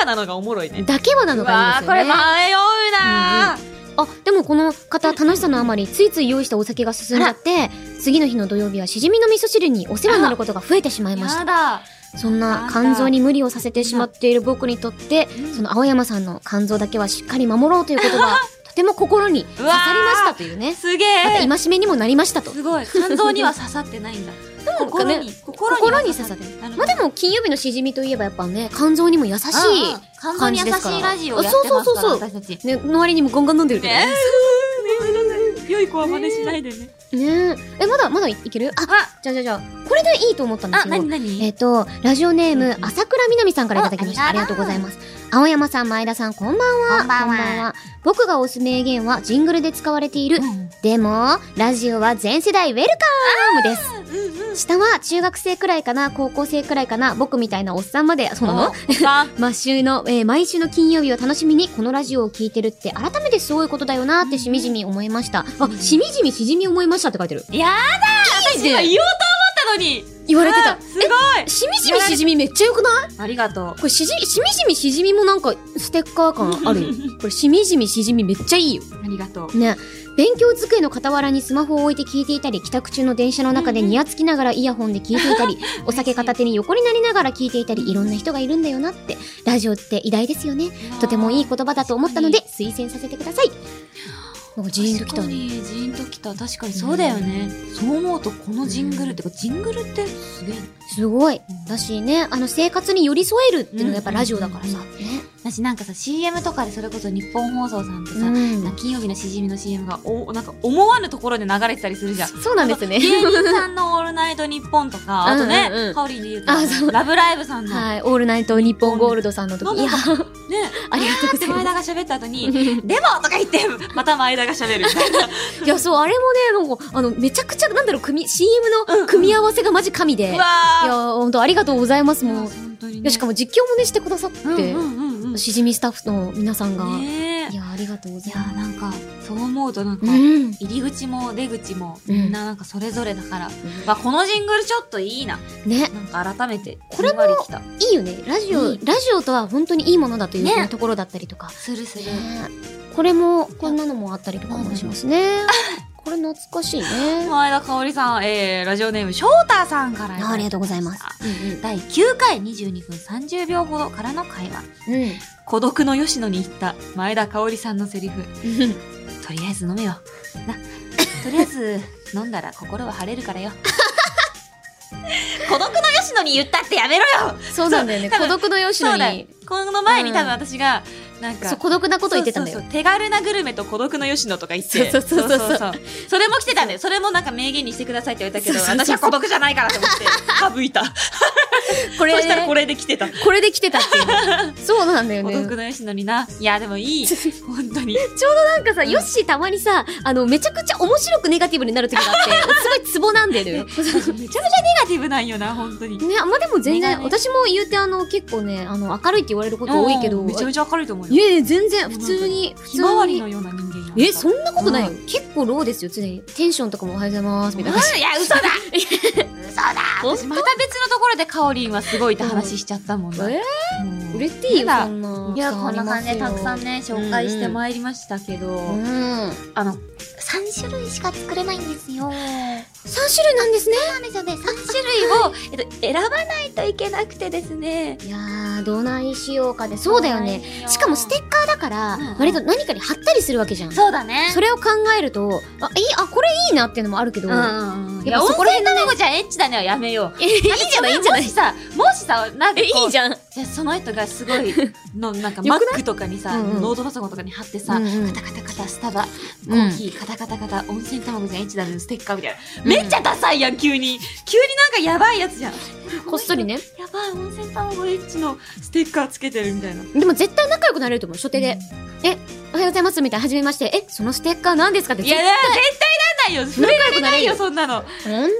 Speaker 1: はなのがおもろい
Speaker 2: え
Speaker 1: ね
Speaker 2: だけはなのがいいんですよね
Speaker 1: うわーこれ迷うなー、
Speaker 2: あでもこの方楽しさのあまりついつい用意したお酒が進んじゃって次の日の土曜日はしじみの味噌汁にお世話になることが増えてしまいました
Speaker 1: だ
Speaker 2: そんな肝臓に無理をさせてしまっている僕にとって
Speaker 1: うん
Speaker 2: その青山さんの肝臓だけはしっかり守ろう という言葉はとても心に刺さりましたというね
Speaker 1: すげ
Speaker 2: また
Speaker 1: え、
Speaker 2: 戒めにもなりましたと
Speaker 1: すごい肝臓には刺さってないんだ
Speaker 2: も
Speaker 1: 心に心
Speaker 2: 心に刺さってる
Speaker 1: なるほ
Speaker 2: まあでも金曜日のしじみといえばやっぱね肝臓にも優し
Speaker 1: ど肝臓に優
Speaker 2: 感じですか
Speaker 1: し
Speaker 2: ら
Speaker 1: いラジオをやってますから
Speaker 2: あそうそうそうそう
Speaker 1: 私たち
Speaker 2: い、ね、の割にもガンガン飲んでるけど
Speaker 1: ね
Speaker 2: ね
Speaker 1: 良い子は真似しないでね
Speaker 2: ねええまだまだいいけるあ
Speaker 1: あ
Speaker 2: じゃあじゃあじゃあこれでいいと思ったんです
Speaker 1: あ
Speaker 2: け
Speaker 1: なに
Speaker 2: ど
Speaker 1: なに
Speaker 2: えっ、とラジオネー
Speaker 1: うん
Speaker 2: ム
Speaker 1: うん
Speaker 2: 朝倉みなみさんからいただきました
Speaker 1: あ
Speaker 2: あ
Speaker 1: り
Speaker 2: り
Speaker 1: が
Speaker 2: が
Speaker 1: と
Speaker 2: と
Speaker 1: う
Speaker 2: うございます青山さん前田さんこんばんは
Speaker 3: こんばんは
Speaker 2: 僕が推す名言はジングルで使われている、
Speaker 1: うん
Speaker 2: でもラジオは全世代ウェルカムです
Speaker 1: うんうん
Speaker 2: 下は中学生くらいかな高校生くらいかな僕みたいなおっさんまでそうなの
Speaker 1: あおっさん
Speaker 2: まあ週の、えー毎週の金曜日を楽しみにこのラジオを聞いてるって改めてすごいことだよなーってしみじみ思いました。あ、しみじみしじみ思いましたって書いてる。
Speaker 1: やだ
Speaker 2: いい
Speaker 1: 私
Speaker 2: ね
Speaker 1: 今言おうと思ったのに
Speaker 2: 言われてた
Speaker 1: あ。すご
Speaker 2: えしみじみしじみめっちゃよくない
Speaker 1: いありがと
Speaker 2: これしじ、しみじみしじみもなんかステッカー感あるよ。これしみじみしじみめっちゃいいよ。
Speaker 1: うありがとう
Speaker 2: ね。勉強机の傍らにスマホを置いて聞いていたり、帰宅中の電車の中でニヤつきながらイヤホンで聞いてい たり、お酒片手に横になりながら聞いていたり、いろんな人がいるんだよなって。ラジオって偉大ですよね。とてもいい言葉だと思ったので推薦させてください。なんかジーンときた
Speaker 1: 確か
Speaker 2: ね。
Speaker 1: にジーンときた確かにそうだよね、そう思うとこのジングルってかジングルってすげえ
Speaker 2: すごい。だしね、あの生活に寄り添えるっていうのがやっぱラジオだからさ。
Speaker 1: う
Speaker 2: ね。
Speaker 1: 私なんかさ CM とかでそれこそ日本放送さんってさ、
Speaker 2: うん
Speaker 1: 金曜日のしじみの CM がおなんか思わぬところで流れてたりするじゃん
Speaker 2: そうなんですね。
Speaker 1: 芸人さんの「オールナイトニッポン」とかあとね
Speaker 2: うんうんうん
Speaker 1: かおりんで言うと
Speaker 2: あそう
Speaker 1: ラブライブ」さんの、
Speaker 2: はい。オールナイトニッポンゴールドさんの時。いや、
Speaker 1: ね
Speaker 2: ありがとう
Speaker 1: で
Speaker 2: ござい
Speaker 1: 前
Speaker 2: ま
Speaker 1: 田が喋った後に「でも!」とか言ってまた前田が喋るみたいな
Speaker 2: す。いや、そう、あれもね、なんか、あの、めちゃくちゃ、なんだろう、組、CM の組み合わせがマジ神で。
Speaker 1: う
Speaker 2: い
Speaker 1: わ
Speaker 2: や、本当ありがとうございます、
Speaker 1: ー
Speaker 2: もう。
Speaker 1: 本当にね
Speaker 2: いや、しかも実況もね、してくださって。
Speaker 1: うんうんうんうんうん
Speaker 2: しじみスタッフの皆さんが。
Speaker 1: ねえ
Speaker 2: いや、ありがとうご
Speaker 1: い
Speaker 2: ざい
Speaker 1: や
Speaker 2: ま
Speaker 1: な
Speaker 2: す。
Speaker 1: んかそう思うとなんか、
Speaker 2: うん。
Speaker 1: 入り口も出口も
Speaker 2: うん
Speaker 1: みんななんかそれぞれだから、まあ、このジングルちょっといいな
Speaker 2: ね、
Speaker 1: なんか改めて
Speaker 2: これも
Speaker 1: じんわりきた
Speaker 2: いいよね。ラジオ、
Speaker 1: いい
Speaker 2: ラジオとは本当にいいものだという、
Speaker 1: ね
Speaker 2: ところだったりとか。
Speaker 1: するする、
Speaker 2: ねこれも、こんなのもあったりとかもしますね。これ懐かしいね。
Speaker 1: 前田香織さん、えー、ラジオネーム翔太さんからいただきました
Speaker 2: ありがとうございます。う
Speaker 1: 第9回22分30秒ほどからの会話
Speaker 2: んうん。
Speaker 1: 孤独の吉野に行った前田香織さんのセリフ
Speaker 2: うん。
Speaker 1: とりあえず飲めよなとりあえず飲んだら心は晴れるからよ 孤独の吉野に言ったってやめろよ
Speaker 2: そうなんだよね。
Speaker 1: そう
Speaker 2: 孤独の吉
Speaker 1: そう
Speaker 2: 野
Speaker 1: だよ
Speaker 2: に。
Speaker 1: この前に多分私が、なんか
Speaker 2: そう、孤独なこと言ってたんだ
Speaker 1: そ
Speaker 2: よ
Speaker 1: う。そうそう手軽なグルメと孤独の吉野とか言って
Speaker 2: そうそうそうそう
Speaker 1: そうそれも来てたんだよそれもなんか名言にしてくださいって言われたけど
Speaker 2: そうそうそう
Speaker 1: 私は孤独じゃないからと思 って省いた
Speaker 2: これ
Speaker 1: そ
Speaker 2: ね
Speaker 1: したらこれで来てた
Speaker 2: これで来てたっていう。 そうなんだよ
Speaker 1: 孤
Speaker 2: ね。
Speaker 1: 独の吉野にないやでも いい本当に
Speaker 2: なんかさ、ヨッシーたまにさ、あの、めちゃくちゃ面白くネガティブになる時が あって、すごいツボなんでるよ。
Speaker 1: めちゃめちゃネガティブなんよな本当に
Speaker 2: ね、あまあでも全
Speaker 1: ネガ
Speaker 2: 然、
Speaker 1: ね
Speaker 2: 私も言うてあの、結構ね、あの、明るいって言われること多いけど、
Speaker 1: めちゃめちゃ明るいと思う
Speaker 2: い
Speaker 1: よ
Speaker 2: やいや、全然、普通に、普
Speaker 1: ひまわ
Speaker 2: 通
Speaker 1: りの
Speaker 2: に。
Speaker 1: ような人間や
Speaker 2: え、そ
Speaker 1: うん
Speaker 2: なことないよ。結構ローですよ、常に。テンションとかもおはようございます、みたいな感
Speaker 1: んいや嘘だ嘘だ私また別のところでかおりんはすごいって話しちゃったもん
Speaker 2: じ。
Speaker 1: な、
Speaker 2: え
Speaker 1: もう
Speaker 2: ー、売れていいよ、
Speaker 1: まだ
Speaker 2: そんな。
Speaker 1: いや、こんな感じでたくさん
Speaker 2: ね。
Speaker 1: ね、紹介してまいりましたけど、
Speaker 2: うん。3
Speaker 1: あの、
Speaker 3: 三種類しか作れないんですよ。
Speaker 2: 種類なんですね。
Speaker 3: そうなんですよね。三
Speaker 1: 種類を、えっと、選ばないといけなくてですね。
Speaker 2: いやー、どないしようかで。そうだよね。。しかもステッカーだから
Speaker 1: うんうん、
Speaker 2: 割と何かに貼ったりするわけじゃん。
Speaker 1: そうだね。
Speaker 2: それを考えると、あ、いい、あ、これいいなっていうのもあるけど、
Speaker 1: うんうんうん。い
Speaker 2: や
Speaker 1: や、
Speaker 2: っぱ
Speaker 1: 温
Speaker 2: そこら
Speaker 1: 泉
Speaker 2: 辺のね
Speaker 1: 卵ちゃんエッチだねはやめよう。
Speaker 2: え、いいじゃない、いいじゃない
Speaker 1: もし。さ、もしさ、なんか
Speaker 2: え、い
Speaker 1: こう
Speaker 2: いじゃん。
Speaker 1: じゃあその人がすごい、の、なんか
Speaker 2: よ
Speaker 1: マ
Speaker 2: くない
Speaker 1: ックとかにさ、
Speaker 2: うんうん
Speaker 1: ノートパソコンとかに貼ってさ、
Speaker 2: うんうん
Speaker 1: カタカタカタスタバ、コ
Speaker 2: うん
Speaker 1: ーヒー、カタカタカタ、温泉卵ちゃんエッチだねステッカーみたいな。
Speaker 2: うん
Speaker 1: めっちゃダサいやん、急に。急になんかやばいやつ じゃん。
Speaker 2: こっそりね。
Speaker 1: やばい、温泉卵エッチのステッカーつけてるみたいな。
Speaker 2: でも絶対仲良くなれると思う、初手で。え、おはようございます、みたいな、はじめまして。え、そのステッカー何ですかって。
Speaker 1: いや、絶対なんないよ。触れられないよ、そんなの。
Speaker 2: ほん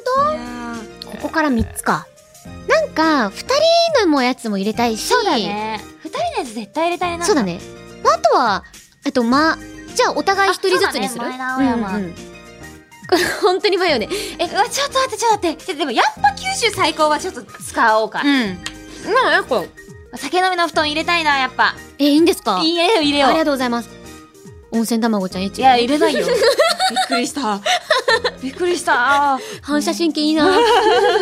Speaker 2: とここから3つか。なんか、2人のもやつも入れたいし。
Speaker 1: そうだ。ね。二人のやつ絶対入れたいな。
Speaker 2: そうだね。あとは、えっと、ま、じゃあお互い1人ずつにする
Speaker 1: あそうだね前田青山
Speaker 2: うんうんこれ本当に迷うね。
Speaker 1: え、うわ、ちょっと待って、ちょっと待って。ちょっとでも、やっぱ九州最高はちょっと使おうか。
Speaker 2: うん。まあ、やっぱ、
Speaker 1: 酒飲みの布団入れたいな、やっぱ。
Speaker 2: え、いいんですか
Speaker 1: いいえ、入れよ
Speaker 2: あ
Speaker 1: う
Speaker 2: り。がとうございます。温泉卵ちゃん一
Speaker 1: いや、入れないよ。 びっくりした。びっくりした。
Speaker 2: 反射神経いいな。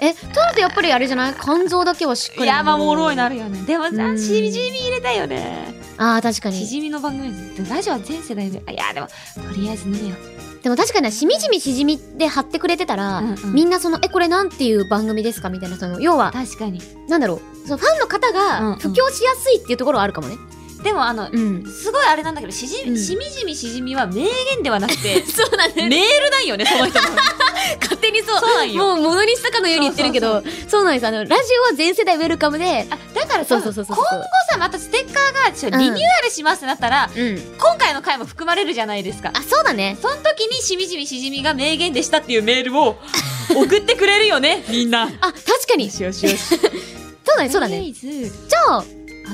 Speaker 2: え、となるとやっぱりあれじゃない肝臓だけはしっ
Speaker 1: い
Speaker 2: かり。
Speaker 1: や、まあ、もろいな。るよね。でも
Speaker 2: う
Speaker 1: さ、
Speaker 2: ん
Speaker 1: しじみ入れたいよね。
Speaker 2: ああ、確か
Speaker 1: し
Speaker 2: に。
Speaker 1: じみの番組です。ラジオは全世代で。あいや、でも、とりあえず飲めよう。
Speaker 2: でも確かになしみじみしじみで貼ってくれてたら、
Speaker 1: うんうん
Speaker 2: みんなその、え、これなんていう番組ですかみたいな、その、要は、
Speaker 1: 確かに。
Speaker 2: なんだろう、そのファンの方
Speaker 1: うんうん
Speaker 2: が布教しやすいっていうところはあるかもね。
Speaker 1: でも、あの、
Speaker 2: うん。
Speaker 1: すごいあれなんだけど、しじみ、
Speaker 2: うん、
Speaker 1: しみじみしじみは名言ではなくて
Speaker 2: そうなん
Speaker 1: メー
Speaker 2: ね。
Speaker 1: ルなんよね、その人の。
Speaker 2: 勝手に そう。
Speaker 1: そうなんよ。
Speaker 2: もう物にしたかのように言ってるけど、そうなんです。あの、ラジオは全世代ウェルカムで、
Speaker 1: あだから
Speaker 2: そ
Speaker 1: さ、
Speaker 2: うそうそうそう。
Speaker 1: 今後さ、またステッカーがちょリニューアルしますってなったら、
Speaker 2: うん。
Speaker 1: 今回の回も含まれるじゃないですか。
Speaker 2: あ、そうだね。
Speaker 1: その時にしみじみしじみが名言でしたっていうメールを送ってくれるよね、みんな。
Speaker 2: あ、確かに。
Speaker 1: よ
Speaker 2: そ
Speaker 1: しよしよし。
Speaker 2: うだね、そうだね。
Speaker 1: とりあえず
Speaker 2: じゃあ、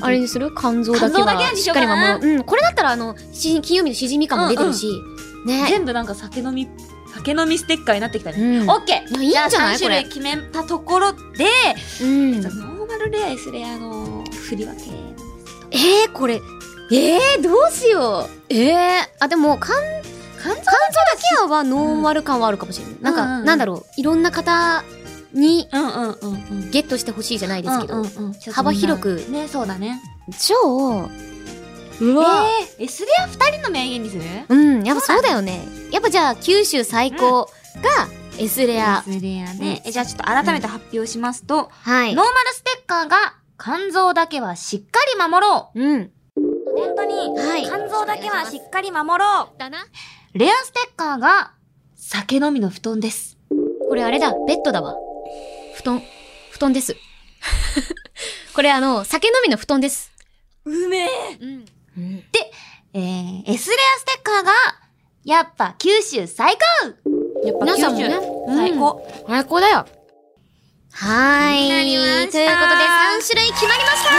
Speaker 2: あれにする肝臓だけ
Speaker 1: 肝臓だけ
Speaker 2: は
Speaker 1: にし
Speaker 2: し
Speaker 1: よ
Speaker 2: っ
Speaker 1: うか
Speaker 2: かり
Speaker 1: な
Speaker 2: 守る。うん、これだったらあの、し金曜日のしじみ感も出てるし、ね。
Speaker 1: 全部なんか酒飲み、酒飲みステッカーになってきたね。
Speaker 2: うん
Speaker 1: オッケー
Speaker 2: いやいいんじゃない
Speaker 1: じゃあ3種類決めたところで、
Speaker 2: うん。
Speaker 1: ノーマルレアイスレアの振り分け。
Speaker 2: えー、これ、えー、どうしよう。えー、あ、でも、肝、肝臓だけはノーマル感はあるかもしれない。なん
Speaker 1: うんうんう
Speaker 2: か、
Speaker 1: ん
Speaker 2: なんだろう、いろんな方に
Speaker 1: うんうんうんうん。
Speaker 2: ゲットしてほしいじゃないですけ
Speaker 1: う
Speaker 2: ど
Speaker 1: んう。んうんちょっと
Speaker 2: 幅広く
Speaker 1: みんなね、そうだね。
Speaker 2: じゃあ、うわ
Speaker 1: えー、S レア二人の名言にする
Speaker 2: うん、やっぱそうだよね。やっぱじゃあ、九州最高が S レア。
Speaker 1: S レア
Speaker 2: ね
Speaker 1: ね。えじゃあちょっと改めて発表しますと、
Speaker 2: はい
Speaker 1: ノー。マルステッカーが、肝臓だけはしっかり守ろ
Speaker 2: うん。
Speaker 1: う。本当に、
Speaker 2: はい。
Speaker 1: 肝臓だけはしっかり守ろ
Speaker 2: だな。
Speaker 1: う。レアステッカーが、酒飲みの布団です。
Speaker 2: これあれだ、ベッドだわ。布団。布団です。 これあの、酒飲みの布団です。
Speaker 1: うめえ。
Speaker 2: うん。
Speaker 1: えー、S レアステッカーが、やっぱ九州最高やっ
Speaker 2: 皆さんもね
Speaker 1: 最高。
Speaker 2: 最高だよ。はーい。
Speaker 1: な
Speaker 2: と
Speaker 1: り
Speaker 2: い
Speaker 1: ま
Speaker 2: う
Speaker 1: した
Speaker 2: ことで、3種類決まりました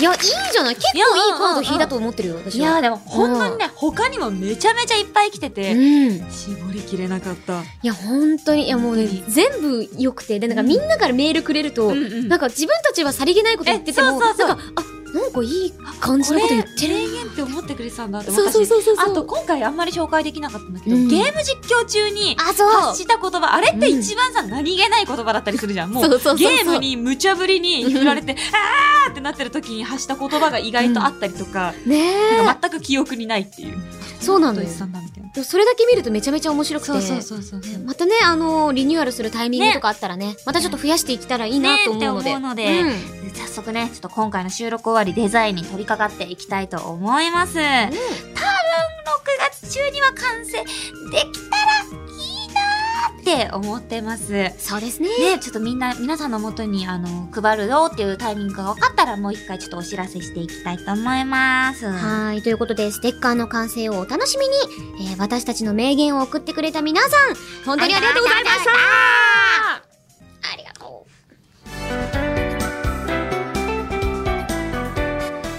Speaker 2: いや、いいんじゃない結構いいカード引いたと思ってるよ、私
Speaker 1: いや
Speaker 2: は。
Speaker 1: ーでも本当にね、他にもめちゃめちゃいっぱい来て
Speaker 2: う
Speaker 1: て、
Speaker 2: ん。い
Speaker 1: 絞りきれなかった。
Speaker 2: や、本当に、いやもうね、全部良くて、で、なんかみんなからメールくれると、
Speaker 1: うんうん
Speaker 2: なんか自分たちはさりげないこと言ってても、
Speaker 1: えそうそうそう
Speaker 2: なんか、あ、なんかいい感じのこと言ってる
Speaker 1: 名言って思ってくれてたんだって思っ
Speaker 2: そう
Speaker 1: た
Speaker 2: そう
Speaker 1: し、
Speaker 2: そうそ
Speaker 1: あ
Speaker 2: う。
Speaker 1: と、今回あんまり紹介できなかったんだけど、
Speaker 2: うん
Speaker 1: ゲーム実況中に
Speaker 2: あ、そう
Speaker 1: 発。した言葉、あれって一番さ、何気ない言葉だったりするじゃん。も
Speaker 2: そううそうそうそう
Speaker 1: ゲームに無茶ぶりに振られて、あーってなってる時に発した言葉が意外とあったりとか、
Speaker 2: ね
Speaker 1: な
Speaker 2: え
Speaker 1: ん。か全く記憶にないっていう。
Speaker 2: そうなの
Speaker 1: と
Speaker 2: よ
Speaker 1: 一。緒なんだみたいな。
Speaker 2: でもそれだけ見るとめちゃめちゃ面白くて。
Speaker 1: そうそうそうそうそう。
Speaker 2: またね、あのリニューアルするタイミングとかあったらね、またちょっと増やしていけたらいいなと思うので。
Speaker 1: ねって思うので
Speaker 2: うん
Speaker 1: 早速ね、ちょっと今回の収録終わりデザインに取り掛かっていきたいと思います。6月中には完成できたらいいなーって思ってます。ね、
Speaker 2: そうですね。
Speaker 1: ちょっとみんな、皆さんの元に、あの、配るよっていうタイミングが分かったら、もう一回ちょっとお知らせしていきたいと思います。は
Speaker 2: はい。ということで、ステッカーの完成をお楽しみに、えー私たちの名言を送ってくれた皆さん、本当にありがとうございましたありがとう。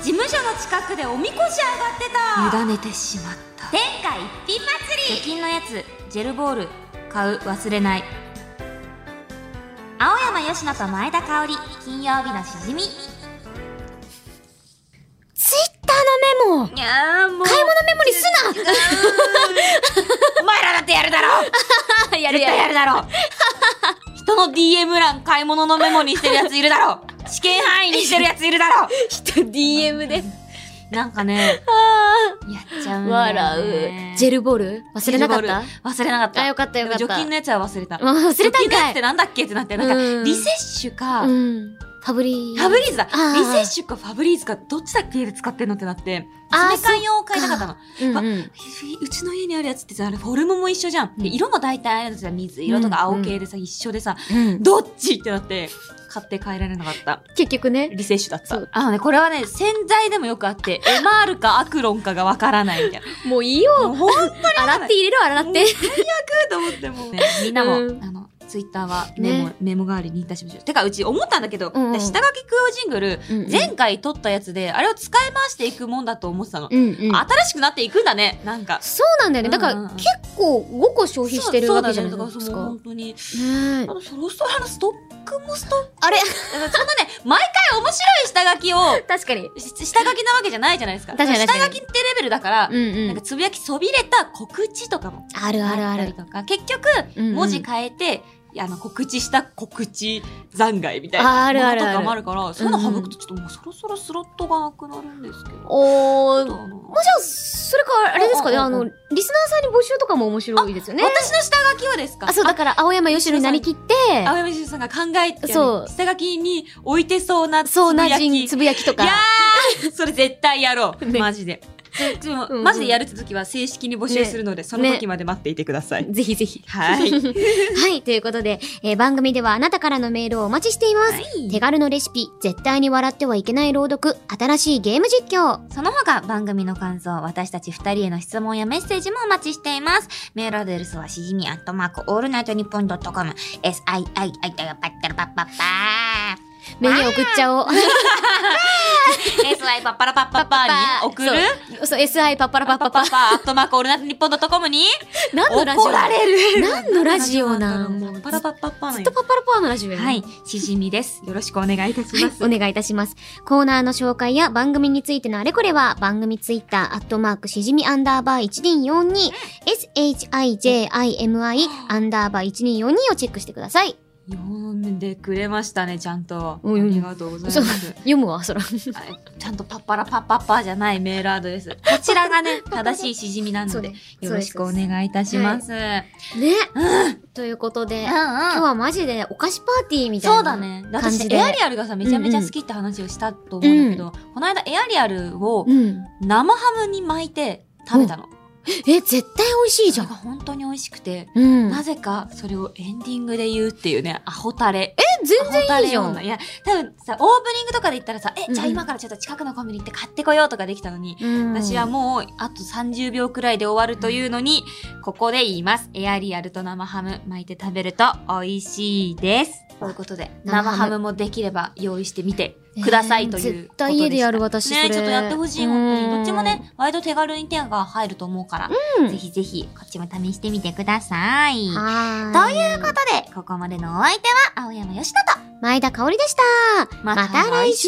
Speaker 3: 事務所の近くでおみこし上がってた
Speaker 1: 委ねてしまった。
Speaker 3: 天下一品祭り
Speaker 1: 貯金のやつ、ジェルボール、買う、忘れない。青山よしのと前田香織、金曜日のしじみ。
Speaker 2: ツイッターのメモ
Speaker 1: いやーもう。
Speaker 2: 買い物メモにすな
Speaker 1: お前らだってやるだろ
Speaker 2: や
Speaker 1: 絶対やるだろ人の DM 欄買い物のメモにしてるやついるだろ試験範囲にしてるやついるだろ
Speaker 2: 人 DM で。
Speaker 1: なんかね、やっちゃうんだ
Speaker 2: 笑
Speaker 1: よ、ね。
Speaker 2: う。ジェ
Speaker 1: ル
Speaker 2: ルボール忘れなかった
Speaker 1: 忘れなかった。
Speaker 2: あよかったよかった
Speaker 1: でも除菌のやつは忘れた。
Speaker 2: あ忘れた
Speaker 1: 除菌
Speaker 2: ん
Speaker 1: のやつ
Speaker 2: か
Speaker 1: って
Speaker 2: い。
Speaker 1: なんだっけってなって、なんか、
Speaker 2: うん
Speaker 1: リセッシュか、
Speaker 2: うん。ファブリー。
Speaker 1: ファブリーズだ
Speaker 2: あー
Speaker 1: リセッシュかファブリーズか、どっちだっけで使ってんのってなって、
Speaker 2: あー
Speaker 1: 詰め替え用を買いたかったの。
Speaker 2: うんうん。
Speaker 1: うちの家にあるやつってさ、あれフォルムも一緒じゃん。で、
Speaker 2: うん
Speaker 1: 色も大体あれだとさ、水色とか青系でさ、一緒でさ、
Speaker 2: うん
Speaker 1: どっちってなって、買って帰られなかった。
Speaker 2: 結局ね。
Speaker 1: リセッシュだっ
Speaker 2: そ
Speaker 1: た
Speaker 2: う。
Speaker 1: あのね、これはね、洗剤でもよくあって、エマールかアクロンかがわからないみたいな。
Speaker 2: もういいよ。
Speaker 1: もう本
Speaker 2: 洗って入れろ、洗って。
Speaker 1: 当と思ってもう、ねみんなも、
Speaker 2: うん
Speaker 1: あの、ツイッターはメモ、
Speaker 2: ね
Speaker 1: メモ代わりにいたしましょう。てか、うち思ったんだけど、
Speaker 2: うんうん
Speaker 1: 下書きクオジングル、前回撮ったやつで、あれを使い回していくもんだと思ってたの。
Speaker 2: うんうん。
Speaker 1: 新しくなっていくんだね、なんか。
Speaker 2: そうなんだよね。だか
Speaker 1: うんう
Speaker 2: ら
Speaker 1: んうん
Speaker 2: 結構5個消費してるわけじゃないで
Speaker 1: そう
Speaker 2: す
Speaker 1: そうだねだからその
Speaker 2: か
Speaker 1: 本。当に。
Speaker 2: ねえ
Speaker 1: あのそろそろあのストックもストック。
Speaker 2: あれ
Speaker 1: そんなね、毎回面白い下書きを、
Speaker 2: 確かに。
Speaker 1: し下書きなわけじゃないじゃないですか。
Speaker 2: 確かに確か
Speaker 1: 下
Speaker 2: に
Speaker 1: 書きってレベルだから、
Speaker 2: うんう
Speaker 1: なん
Speaker 2: ん
Speaker 1: か。つぶやきそびれた告知とかも
Speaker 2: あるあるあ
Speaker 1: ったり
Speaker 2: る。
Speaker 1: とか、結局、
Speaker 2: うんうん
Speaker 1: 文字変えて、あの、告知した告知残骸みたいな。
Speaker 2: ああるあるある
Speaker 1: ものとかもあるから、そういうの省くとちょっともうそろそろスロットがなくなるんですけど。
Speaker 2: おー。ま
Speaker 1: どうなの
Speaker 2: あ、じゃあ、それか、あれですかね。
Speaker 1: うんう
Speaker 2: あ
Speaker 1: んうん
Speaker 2: の、リスナーさんに募集とかも面白いですよね。
Speaker 1: 私の下書きはですか
Speaker 2: あ、そう、だから、青山よしになりきって、
Speaker 1: 青山修さんが考えて、
Speaker 2: そう
Speaker 1: 下書きに置いてそうなつ
Speaker 2: そう
Speaker 1: ぶ
Speaker 2: な
Speaker 1: や
Speaker 2: じん
Speaker 1: き。
Speaker 2: つぶやきと
Speaker 1: いや
Speaker 2: か。
Speaker 1: ーそれ絶対やろう、
Speaker 2: ね
Speaker 1: マジで。ちょちょ
Speaker 2: うんうん
Speaker 1: マジでやるって時は正式に募集するので、その時まで待っていてください。
Speaker 2: ぜひぜひ。
Speaker 1: はい。
Speaker 2: はい、ということで、えー番組ではあなたからのメールをお待ちしています。手軽のレシピ、絶対に笑ってはいけない朗読、新しいゲーム実況。
Speaker 1: その他番組の感想、私たち二人への質問やメッセージもお待ちしています。メールアドレスはしじみアットマークオールナイトニッポンドットコム s i i i だよパッタラパッパッパ
Speaker 2: メニュー送っちゃおう。
Speaker 1: ー s i パッパラパッパッパーに送る
Speaker 2: そうそう、SI パッパラパッパパ。
Speaker 1: パアットマークオールナイトニッポンドットコムに
Speaker 2: 何のラジオ
Speaker 1: 怒られる
Speaker 2: 何のラジオなん
Speaker 1: もうパラパッパッパー
Speaker 2: ず
Speaker 1: な
Speaker 2: っ
Speaker 1: ん
Speaker 2: と
Speaker 1: よ
Speaker 2: パッパラパーのラジオやね
Speaker 1: はい、しじみです。よろしくお願いいたします。
Speaker 2: お願いいたします。コーナーの紹介や番組についてのあれこれは、番組ツイッター、アットマーク、しじみアンダーバー1242、shijimi アンダーバー1242をチェックしてください。
Speaker 1: 呼んでくれましたね、ちゃんと。あ
Speaker 2: うん
Speaker 1: りがとうござい
Speaker 2: そう
Speaker 1: ます。
Speaker 2: 読むわ、そら。
Speaker 1: あちゃんとパッパラパッパッパーじゃないメールアドレス。こちらが ね、正しいしじみなので、よろしくお
Speaker 2: ね。
Speaker 1: 願いいたします。
Speaker 2: ね。ということで、今日はマジでお菓子パーティーみたいな。
Speaker 1: そうだ。ね。だって
Speaker 2: 感じ
Speaker 1: 私、
Speaker 2: で
Speaker 1: エアリアルがさ、めちゃめちゃ好きって話をしたと思うんだけど、この間エアリアルを
Speaker 2: うん。
Speaker 1: 生ハムに巻いて食べたの。
Speaker 2: ええ、絶対美味しいじゃ
Speaker 1: それが
Speaker 2: ん。
Speaker 1: 本当に美味しくて、
Speaker 2: うん。
Speaker 1: なぜかそれをエンディングで言うっていうね、アホタレ。
Speaker 2: え、全然いいじゃ
Speaker 1: アホタレ女
Speaker 2: ん。
Speaker 1: いや、多分さ、オープニングとかで言ったらさ、え、じゃあ
Speaker 2: うん
Speaker 1: 今からちょっと近くのコンビニ行って買ってこようとかできたのに、
Speaker 2: うん
Speaker 1: 私はもうあと30秒くらいで終わるというのに、ここで言います。エアリアルと生ハム巻いて食べると美味しいです。ということで、
Speaker 2: 生ハム
Speaker 1: 生ハムもできれば用意してみてくださいということでした。
Speaker 2: 絶対家でやる私そ
Speaker 1: ね
Speaker 2: れ
Speaker 1: ちょっとやってほしい、本当
Speaker 2: う
Speaker 1: に。
Speaker 2: ん
Speaker 1: どっちもね、割と手軽に手が入ると思うから、
Speaker 2: うん
Speaker 1: ぜひぜひ、こっちも試してみてください。と
Speaker 2: はーい。
Speaker 1: いうことで、ここまでのお相手は、青山よしとと、
Speaker 2: 前田香織でした。また来週